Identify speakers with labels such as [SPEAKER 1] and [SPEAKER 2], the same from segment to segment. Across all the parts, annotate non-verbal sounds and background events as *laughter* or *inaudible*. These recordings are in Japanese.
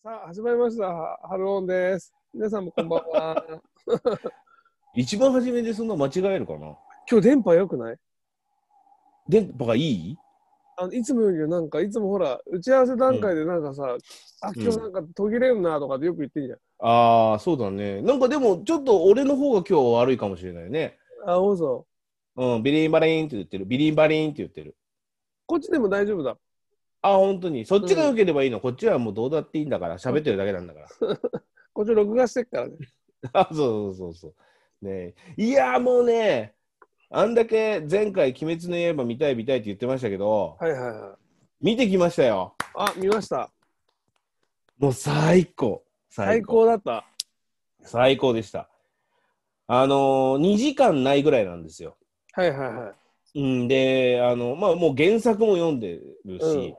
[SPEAKER 1] さあ、始まりました。ハローンです。皆さんもこんばんは。 *laughs*
[SPEAKER 2] 一番初めでそんな間違えるかな
[SPEAKER 1] 今日電波良くない
[SPEAKER 2] 電波がいい
[SPEAKER 1] あのいつもよりなんか、いつもほら、打ち合わせ段階でなんかさ、あ、今日なんか途切れるなとかってよく言ってんじゃん。
[SPEAKER 2] ああ、そうだね。なんかでも、ちょっと俺の方が今日悪いかもしれないね。
[SPEAKER 1] あ、そうそう。
[SPEAKER 2] うん、ビリンバリンって言ってる。ビリンバリンって言ってる。
[SPEAKER 1] こっちでも大丈夫だ。
[SPEAKER 2] ああ、本当に。そっちが良ければいいの。こっちはもうどうだっていいんだから。喋ってるだけなんだから。 *laughs*
[SPEAKER 1] こっち録画してっからね。
[SPEAKER 2] あそうそうそうそう。ねえいやーもうね、あんだけ前回、鬼滅の刃見たい見たいって言ってましたけど、
[SPEAKER 1] はいはいはい。
[SPEAKER 2] 見てきましたよ。
[SPEAKER 1] あ、見ました。
[SPEAKER 2] もう最高。
[SPEAKER 1] 最高だった。
[SPEAKER 2] 最高でした。あのー、2時間ないぐらいなんですよ。
[SPEAKER 1] はいはいはい。
[SPEAKER 2] うん、で、あの、まあ、もう原作も読んでるし、
[SPEAKER 1] うん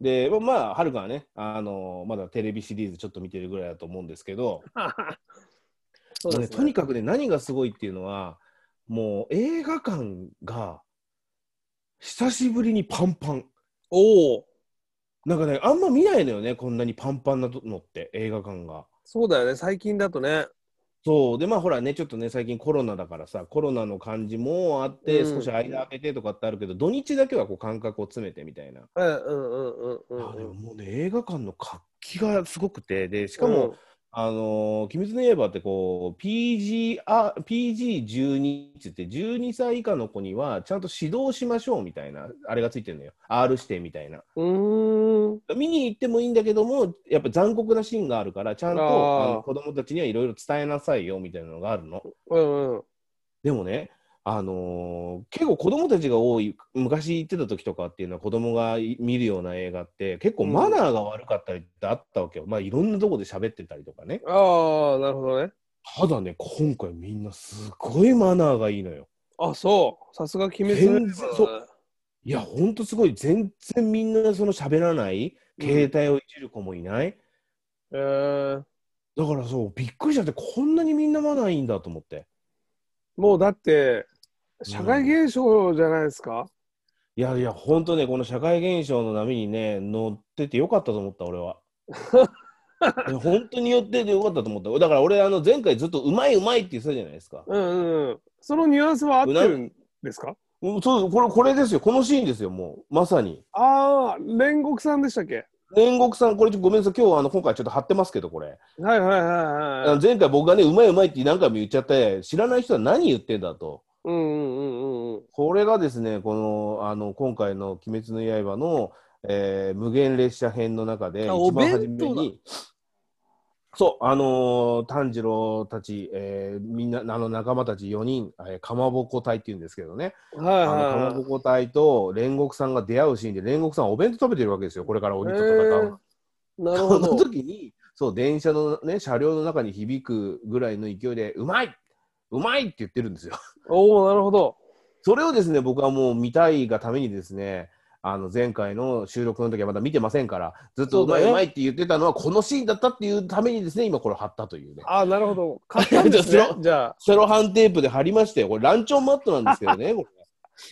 [SPEAKER 2] で、まあまあ、はるかはね、あのー、まだテレビシリーズちょっと見てるぐらいだと思うんですけど、
[SPEAKER 1] そう
[SPEAKER 2] もう
[SPEAKER 1] で
[SPEAKER 2] ね
[SPEAKER 1] す
[SPEAKER 2] と
[SPEAKER 1] ね
[SPEAKER 2] に。かくね、何がすごいっていうのは、もう映画館が久しぶりにパンパン。
[SPEAKER 1] おお、
[SPEAKER 2] なんかね、あんま見ないのよね、こんなにパンパンなのって、映画館が。
[SPEAKER 1] そうだよね。最近だとね。
[SPEAKER 2] そうでまあほらねちょっとね最近コロナだからさコロナの感じもあって、
[SPEAKER 1] うん
[SPEAKER 2] 少し間空けてとかってあるけど土日だけはこう感覚を詰めてみたいな、
[SPEAKER 1] うんうんうんうん
[SPEAKER 2] あ
[SPEAKER 1] う
[SPEAKER 2] でも
[SPEAKER 1] ん。
[SPEAKER 2] もうね映画館の活気がすごくてでしかも、あのー鬼滅の刃」ってこう PG あ PG12 っつって12歳以下の子にはちゃんと指導しましょうみたいなあれがついてるのよ R 指定みたいな
[SPEAKER 1] うん、うーん。
[SPEAKER 2] 見に行ってもいいんだけどもやっぱ残酷なシーンがあるからちゃんと
[SPEAKER 1] あー
[SPEAKER 2] あの子供たちにはいろいろ伝えなさいよみたいなのがあるの。
[SPEAKER 1] うんうん。
[SPEAKER 2] でもね、あのー結構子供たちが多い昔行ってた時とかっていうのは子供がい見るような映画って結構マナーが悪かったりってあったわけよ、まあいろんなとこで喋ってたりとかね
[SPEAKER 1] ああ、なるほどね。
[SPEAKER 2] ただね今回みんなすごいマナーがいいのよ
[SPEAKER 1] あ、そう。さすが鬼滅の刃だね
[SPEAKER 2] 全然そういやほんとすごい全然みんなその喋らない携帯をいじる子もいない、
[SPEAKER 1] えー、
[SPEAKER 2] だからそうびっくりしちゃってこんなにみんなマナーいいんだと思って
[SPEAKER 1] もうだって、社会現象じゃないですか。
[SPEAKER 2] いやいやほんとねこの社会現象の波にね乗っててよかったと思った俺はいや本当に寄っててよかったと思っただから俺あの前回ずっとうまいうまいって言ってたじゃないですか
[SPEAKER 1] うん、うんうん。そのニュアンスは合ってるんですか
[SPEAKER 2] うんそうこれこれですよこのシーンですよもうまさに
[SPEAKER 1] ああ、煉獄さんでしたっけ
[SPEAKER 2] 煉獄さんこれちょごめんなさい今日あの今回ちょっと貼ってますけどこれ、
[SPEAKER 1] はいはいはい
[SPEAKER 2] あ
[SPEAKER 1] はい
[SPEAKER 2] の。前回僕がねうまいうまいって何回も言っちゃって知らない人は何言ってんだと
[SPEAKER 1] うんうんうんうんうん。
[SPEAKER 2] これがですねこのあの今回の「鬼滅の刃の」えー無限列車編の中で
[SPEAKER 1] あ
[SPEAKER 2] 一
[SPEAKER 1] お
[SPEAKER 2] 番初
[SPEAKER 1] 弁
[SPEAKER 2] め
[SPEAKER 1] 当だ
[SPEAKER 2] にそうあのー炭治郎たち、えーみんなあの仲間たち4人、えー、かまぼこ隊っていうんですけどね、
[SPEAKER 1] はい
[SPEAKER 2] あのかま
[SPEAKER 1] は
[SPEAKER 2] ぼこ隊と煉獄さんが出会うシーンで煉獄さんはお弁当食べてるわけですよこれから鬼と戦う、
[SPEAKER 1] へーいはい。なる
[SPEAKER 2] そ
[SPEAKER 1] ほ
[SPEAKER 2] の
[SPEAKER 1] ど。
[SPEAKER 2] 時にそう電車の、ね、車両の中に響くぐらいの勢いで「うまいうまい!」って言ってるんですよ
[SPEAKER 1] おおなるほど。
[SPEAKER 2] それをですね、僕はもう見たいがためにですね、あの前回の収録の時はまだ見てませんから、ずっと
[SPEAKER 1] そうう
[SPEAKER 2] ま
[SPEAKER 1] だ
[SPEAKER 2] い
[SPEAKER 1] ね
[SPEAKER 2] うまいって言ってたのは、このシーンだったっていうためにですね、今これ貼ったというね。
[SPEAKER 1] ああ、なるほど。買ったんです
[SPEAKER 2] *laughs*
[SPEAKER 1] ね
[SPEAKER 2] ちょっと。
[SPEAKER 1] じゃ
[SPEAKER 2] セロハンテープで貼りましたよ。これランチョンマットなんですけ
[SPEAKER 1] *laughs*
[SPEAKER 2] どね。こ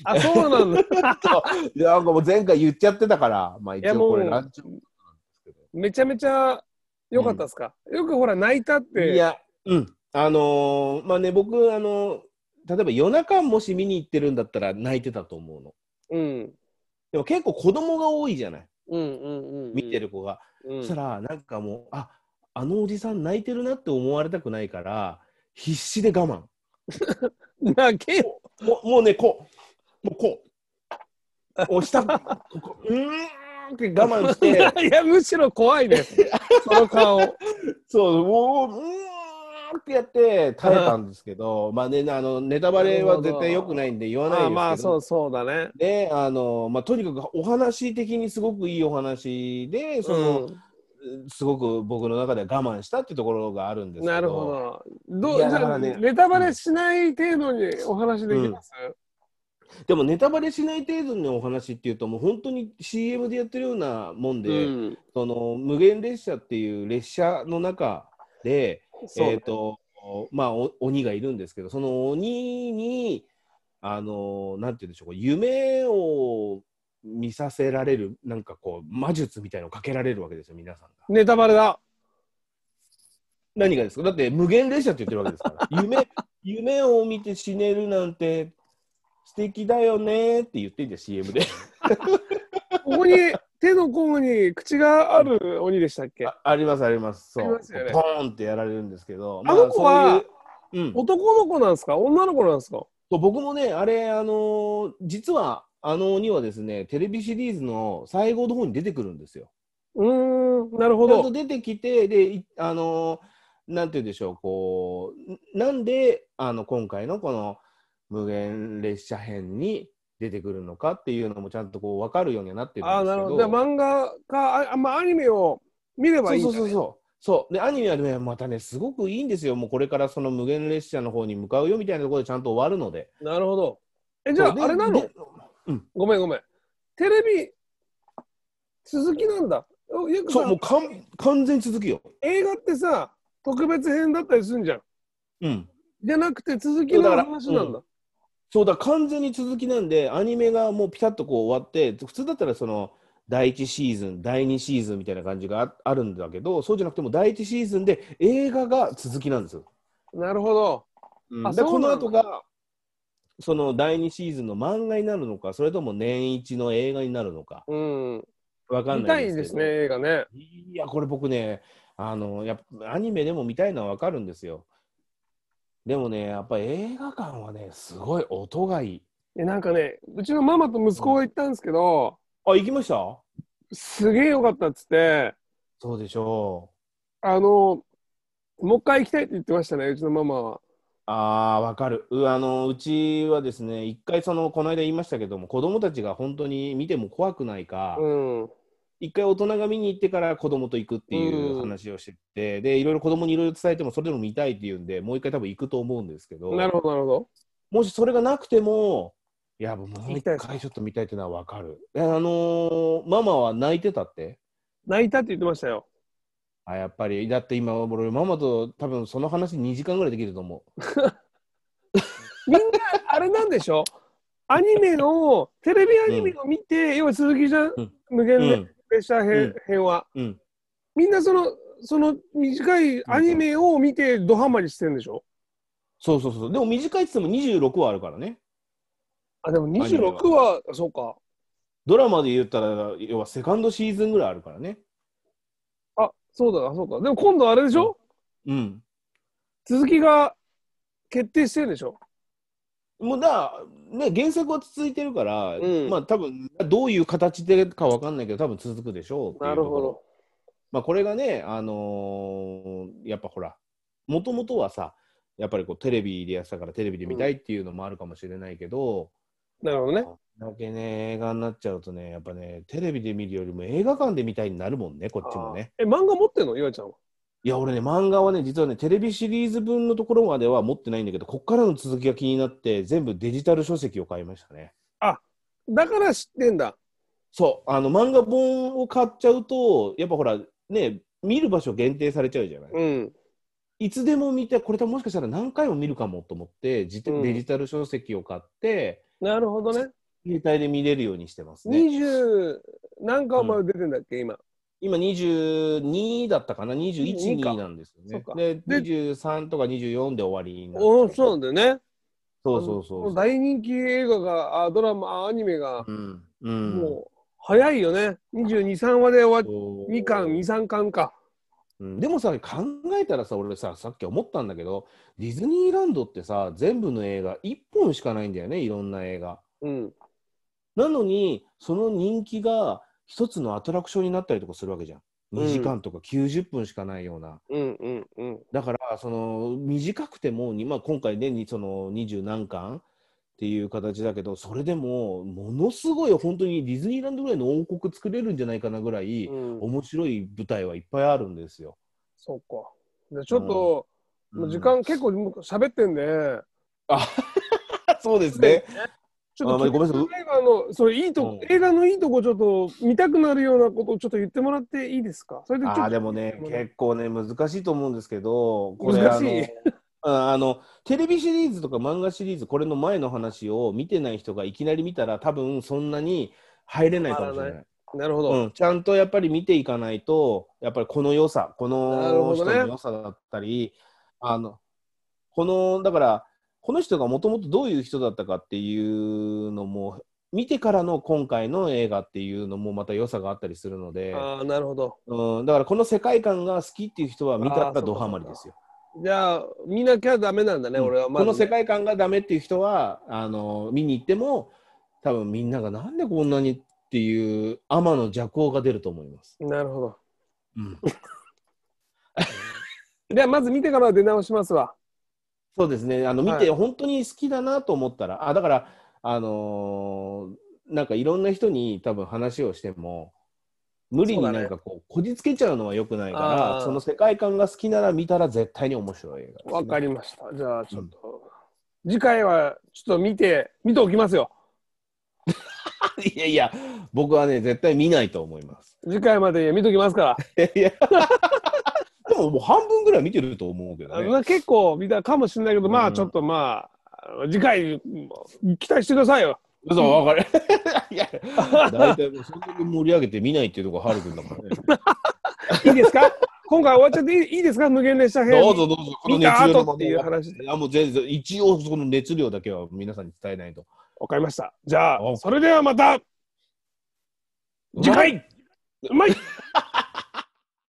[SPEAKER 1] あ。あ、そうなんだ。
[SPEAKER 2] れいやなんかもう前回言っちゃってたから、まあ一
[SPEAKER 1] やも
[SPEAKER 2] 応
[SPEAKER 1] う
[SPEAKER 2] これランチョンマットなんです
[SPEAKER 1] めちゃめちゃ良かったですか、よくほら、泣いたっ
[SPEAKER 2] けど。
[SPEAKER 1] て。
[SPEAKER 2] いや、うん。あのーまあね、僕、あのー例えば夜中もし見に行ってるんだったら泣いてたと思うの。
[SPEAKER 1] うん。
[SPEAKER 2] でも結構子供が多いじゃない。
[SPEAKER 1] うんうんうんうん。
[SPEAKER 2] 見てる子が。
[SPEAKER 1] うん。
[SPEAKER 2] そしたらなんかもうああのおじさん泣いてるなって思われたくないから必死で我
[SPEAKER 1] 泣けよ。
[SPEAKER 2] 慢もうもうねこうもうこう押したここうーんって我慢して
[SPEAKER 1] いや、むしろ怖いね。その
[SPEAKER 2] *laughs*
[SPEAKER 1] 顔。
[SPEAKER 2] そうもううーんってやって耐えたんですけどまあねあのネタバレは絶対良くないんで言わないで
[SPEAKER 1] あ
[SPEAKER 2] すけど
[SPEAKER 1] まあ、そうそうだね。
[SPEAKER 2] ねあのまあ、とにかくお話的にすごくいいお話でその、すごく僕の中では我慢したっていうところがあるんです
[SPEAKER 1] うん、
[SPEAKER 2] けど
[SPEAKER 1] なるほど。どう
[SPEAKER 2] い
[SPEAKER 1] じ
[SPEAKER 2] やだ
[SPEAKER 1] ゃ
[SPEAKER 2] か
[SPEAKER 1] あ、
[SPEAKER 2] らね
[SPEAKER 1] ネタバレしない程度にお話できます、
[SPEAKER 2] でもネタバレしない程度のお話っていうともう本当に CM でやってるようなもん
[SPEAKER 1] うん
[SPEAKER 2] で、その無限列車っていう列車の中で、
[SPEAKER 1] そう、
[SPEAKER 2] えーとまあ、お鬼がいるんですけどその鬼にあのなんて言うんでしょうか夢を見させられる、なんかこう、魔術みたいのをかけられるわけですよ、皆さんが。
[SPEAKER 1] ネタバレだ
[SPEAKER 2] 何がですかだって無限列車って言ってるわけです
[SPEAKER 1] *laughs*
[SPEAKER 2] から。夢、夢を見て死ねるなんて素敵だよねって言ってんじゃん、CM で。
[SPEAKER 1] ここに手の甲に口がある鬼でしたっけ
[SPEAKER 2] ああります、あります。そ
[SPEAKER 1] あり
[SPEAKER 2] う。
[SPEAKER 1] ますよね
[SPEAKER 2] ポーンってやられるんですけど。
[SPEAKER 1] あの子は
[SPEAKER 2] そういう、うん、
[SPEAKER 1] 男の子なんですか女の子なんですか
[SPEAKER 2] そう僕もね、あれ、あのー実は、あの鬼はですね、テレビシリーズの最後の方に出てくるんですよ。
[SPEAKER 1] うーんなるほ
[SPEAKER 2] ちゃんと
[SPEAKER 1] ど。
[SPEAKER 2] 出てきて、で、いあのーなんて言うんでしょう、こう、なんで、あの、今回のこの無限列車編に出てくるのかっていうのもちゃんとこう、わかるようにはなってるんです
[SPEAKER 1] あ
[SPEAKER 2] け
[SPEAKER 1] ー
[SPEAKER 2] ど。
[SPEAKER 1] なるほど。じゃあ漫画か、ああまあ、アニメを見ればいいんだ、
[SPEAKER 2] そう
[SPEAKER 1] ね、
[SPEAKER 2] そうそうそう。そうでアニメはね、またね、すごくいいんですよ、もうこれからその無限列車の方に向かうよみたいなところでちゃんと終わるので。
[SPEAKER 1] なるほど。え、じゃあ
[SPEAKER 2] そうで
[SPEAKER 1] あれなの
[SPEAKER 2] で
[SPEAKER 1] ごめんごめん。テレビ、続きなんだ。およく
[SPEAKER 2] そう、
[SPEAKER 1] さ
[SPEAKER 2] もうかん完全に続きよ。
[SPEAKER 1] 映画ってさ、特別編だったりするんじゃん。
[SPEAKER 2] うん。
[SPEAKER 1] じゃなくて続きの話なんだ。
[SPEAKER 2] そうだ、完全に続きなんで、アニメがもうピタッとこう終わって、普通だったらその、第1シーズン、第2シーズンみたいな感じがああるんだけど、そうじゃなくてもう第1シーズンで映画が続きなんですよ。
[SPEAKER 1] なるほど。あ
[SPEAKER 2] で
[SPEAKER 1] そう
[SPEAKER 2] この
[SPEAKER 1] なんだ
[SPEAKER 2] 後が、その第2シーズンの漫画になるのか、それとも年一の映画になるのか、
[SPEAKER 1] うん。
[SPEAKER 2] わかん
[SPEAKER 1] 見
[SPEAKER 2] な
[SPEAKER 1] た
[SPEAKER 2] い
[SPEAKER 1] い
[SPEAKER 2] んで
[SPEAKER 1] ですす
[SPEAKER 2] けど
[SPEAKER 1] ね、。映画ね。
[SPEAKER 2] いや、これ僕ね、あの、やっぱアニメでも見たいのはわかるんですよ。でもね、やっぱ映画館はね、すごい音がいい。
[SPEAKER 1] えなんかね、うちのママと息子が行ったんですけど、
[SPEAKER 2] あ、行きました
[SPEAKER 1] すげえ良かったっつって、
[SPEAKER 2] そうでしょ
[SPEAKER 1] あの、もう一回行きたいって言ってましたね、うちのママは。
[SPEAKER 2] う。ああ、わかる。う、あの、うちはですね、一回その、この間言いましたけども、子供たちが本当に見ても怖くないか、
[SPEAKER 1] うん。
[SPEAKER 2] 一回大人が見に行ってから子供と行くっていう話をしてて、で、いろいろ子供にいろいろ伝えても、それでも見たいっていうんで、もう一回多分行くと思うんですけど、
[SPEAKER 1] なるほど、なるほど。
[SPEAKER 2] もしそれがなくても、いや、もう
[SPEAKER 1] 行
[SPEAKER 2] 一
[SPEAKER 1] きたいです
[SPEAKER 2] 回ちょっと見たいっていうのはわかる。えあのーママは泣いてたって
[SPEAKER 1] 泣いたって言ってましたよ。
[SPEAKER 2] あ、やっぱり、だって今、俺、ママと多分その話2時間ぐらいできると思う。
[SPEAKER 1] みんな、あれなんでしょアニメの、テレビアニメを見て、要は鈴木じゃん、
[SPEAKER 2] うん
[SPEAKER 1] 無
[SPEAKER 2] う
[SPEAKER 1] 限列
[SPEAKER 2] ん、
[SPEAKER 1] 車編,、
[SPEAKER 2] うん
[SPEAKER 1] 編は。
[SPEAKER 2] うん。
[SPEAKER 1] みんなその、その短いアニメを見て、ドハマりしてるんでしょ
[SPEAKER 2] そうそうそう。でも短いって言っても26はあるからね。
[SPEAKER 1] あ、でも
[SPEAKER 2] アニメ
[SPEAKER 1] 26
[SPEAKER 2] は
[SPEAKER 1] は、そうか。
[SPEAKER 2] ドラマで言ったら、要はセカンドシーズンぐらいあるからね。
[SPEAKER 1] あ、そうだ、そうか。でも今度あれでしょ、
[SPEAKER 2] うん。
[SPEAKER 1] 続きが決定してるんでしょ
[SPEAKER 2] もうだ、ね、原作は続いてるから、
[SPEAKER 1] うん
[SPEAKER 2] まあ多分、どういう形でかわかんないけど、多分続くでしょうっていう
[SPEAKER 1] な
[SPEAKER 2] と
[SPEAKER 1] る
[SPEAKER 2] ころ
[SPEAKER 1] ほど。
[SPEAKER 2] まあ、これがね、あのーやっぱほら、もともとはさ、やっぱりこうテレビでやってたからテレビで見たいっていうのもあるかもしれないけど、
[SPEAKER 1] なるほどね。
[SPEAKER 2] こんだけね、映画になっちゃうとね、やっぱね、テレビで見るよりも映画館で見たいになるもんね、こっちもね。
[SPEAKER 1] あーえ、漫画持ってんのゆあちゃんは。
[SPEAKER 2] いや、俺ね、漫画はね、実はね、テレビシリーズ分のところまでは持ってないんだけど、こっからの続きが気になって、全部デジタル書籍を買いましたね。
[SPEAKER 1] だから知ってんだ。
[SPEAKER 2] そう、あの、漫画本を買っちゃうと、やっぱほら、ね、見る場所限定されちゃうじゃない。
[SPEAKER 1] うん。
[SPEAKER 2] いつでも見て、これ多分もしかしたら何回も見るかもと思って、じ
[SPEAKER 1] うん
[SPEAKER 2] デジタル書籍を買って、
[SPEAKER 1] なるほどね。
[SPEAKER 2] 携帯で見れるようにしてますね。
[SPEAKER 1] 20、何巻まで出てんだっけ、今。
[SPEAKER 2] 今22だったかな、21、
[SPEAKER 1] 22か
[SPEAKER 2] 2なんですよ
[SPEAKER 1] そ
[SPEAKER 2] ね
[SPEAKER 1] うか。
[SPEAKER 2] で、
[SPEAKER 1] で
[SPEAKER 2] 23とか24で終わりにな
[SPEAKER 1] おお、そう
[SPEAKER 2] う
[SPEAKER 1] なんだよね。
[SPEAKER 2] そうそうそ
[SPEAKER 1] も
[SPEAKER 2] う。
[SPEAKER 1] 大人気映画が、あドラマ、アニメが、
[SPEAKER 2] うん。うん。
[SPEAKER 1] もう、早いよね。22、3話で終わ
[SPEAKER 2] そう
[SPEAKER 1] っ、2巻、2、3巻か。
[SPEAKER 2] うんでもさ、考えたらさ、俺さ、さっき思ったんだけど、ディズニーランドってさ、全部の映画1本しかないんだよね、いろんな映画。
[SPEAKER 1] うん。
[SPEAKER 2] なのに、その人気が一つのアトラクションになったりとかするわけじゃん。
[SPEAKER 1] うん
[SPEAKER 2] 2時間とか90分しかないような。
[SPEAKER 1] うんうんうん。
[SPEAKER 2] だから、その短くても、にまあ、今回ね、にその20何巻っていう形だけど、それでも、ものすごい本当にディズニーランドぐらいの王国作れるんじゃないかなぐらい、
[SPEAKER 1] うん、
[SPEAKER 2] 面白い舞台はいっぱいあるんですよ。
[SPEAKER 1] そうか。じゃあちょっと、もう時
[SPEAKER 2] うん
[SPEAKER 1] 間結構もう喋ってんで、
[SPEAKER 2] あ *laughs* そうですね。
[SPEAKER 1] *laughs* ちょっと
[SPEAKER 2] あごめんなさい
[SPEAKER 1] 映画のそれいいとこ、
[SPEAKER 2] うん
[SPEAKER 1] 映画のいいとこちょっと見たくなるようなことをちょっと言ってもらっていいですか。それでちょっと
[SPEAKER 2] あーでも
[SPEAKER 1] *laughs*
[SPEAKER 2] ね、結構ね、難しいと思うんですけど、これ
[SPEAKER 1] 難しい
[SPEAKER 2] あのああのテレビシリーズとか漫画シリーズ、これの前の話を見てない人がいきなり見たら、多分そんなに入れないかもしれない。
[SPEAKER 1] なるほど。
[SPEAKER 2] うん、ちゃんとやっぱり見ていかないと、やっぱりこの良さ、こ
[SPEAKER 1] なる
[SPEAKER 2] の
[SPEAKER 1] ほ
[SPEAKER 2] 人
[SPEAKER 1] どね
[SPEAKER 2] の良さだったり、あのこのだから、この人がもともとどういう人だったかっていうのも、見てからの今回の映画っていうのもまた良さがあったりするので、
[SPEAKER 1] ああ、なるほど。
[SPEAKER 2] うん、だからこの世界観が好きっていう人は見たらドハマりですよ。
[SPEAKER 1] じゃあ、見なきゃダメなんだね、
[SPEAKER 2] うん
[SPEAKER 1] 俺はまだ
[SPEAKER 2] こ
[SPEAKER 1] ね、
[SPEAKER 2] の世界観がダメっていう人はあの見に行っても多分みんながなんでこんなにっていう天の邪行が出ると思います。
[SPEAKER 1] なるほど。
[SPEAKER 2] うん、
[SPEAKER 1] じゃあ、まず見てから出直しますわ。
[SPEAKER 2] そうですねあの見
[SPEAKER 1] はい
[SPEAKER 2] て本当に好きだなと思ったら、あだからあのーなんかいろんな人に多分話をしても無理に
[SPEAKER 1] そうだ
[SPEAKER 2] な
[SPEAKER 1] ね
[SPEAKER 2] んかこうこじつけちゃうのは良くないから
[SPEAKER 1] あー
[SPEAKER 2] その世界観が好きなら見たら絶対に面白い映画ですね
[SPEAKER 1] わかりました。じゃあ、ちょっと、次回はちょっと見て、見ておきますよ。
[SPEAKER 2] *laughs* いやいや僕はね絶対見ないと思います。
[SPEAKER 1] 次回まで見ときますから。
[SPEAKER 2] いやでももう半分ぐらい見てると思うけど
[SPEAKER 1] あ
[SPEAKER 2] *laughs* ね。
[SPEAKER 1] の結構見たかもしれないけど、ま
[SPEAKER 2] う
[SPEAKER 1] あ
[SPEAKER 2] ん
[SPEAKER 1] ちょっとまあ、あの次回、期待してください
[SPEAKER 2] *laughs*
[SPEAKER 1] よ。
[SPEAKER 2] 嘘、わかる。いや、大体もうそんだけ盛り上げて見ないっていうとこはるくんだからね。
[SPEAKER 1] いいですか今回終わっちゃっていいいいですか無限列車編。
[SPEAKER 2] どうぞどうぞ、この
[SPEAKER 1] 見
[SPEAKER 2] 熱
[SPEAKER 1] た
[SPEAKER 2] 量の
[SPEAKER 1] 後
[SPEAKER 2] ま
[SPEAKER 1] っていう
[SPEAKER 2] ま。
[SPEAKER 1] 話。
[SPEAKER 2] いや、もう全然、一応その熱量だけは皆さんに伝えないと。
[SPEAKER 1] わかりました。じゃあ
[SPEAKER 2] お、
[SPEAKER 1] それではまた次回うまいう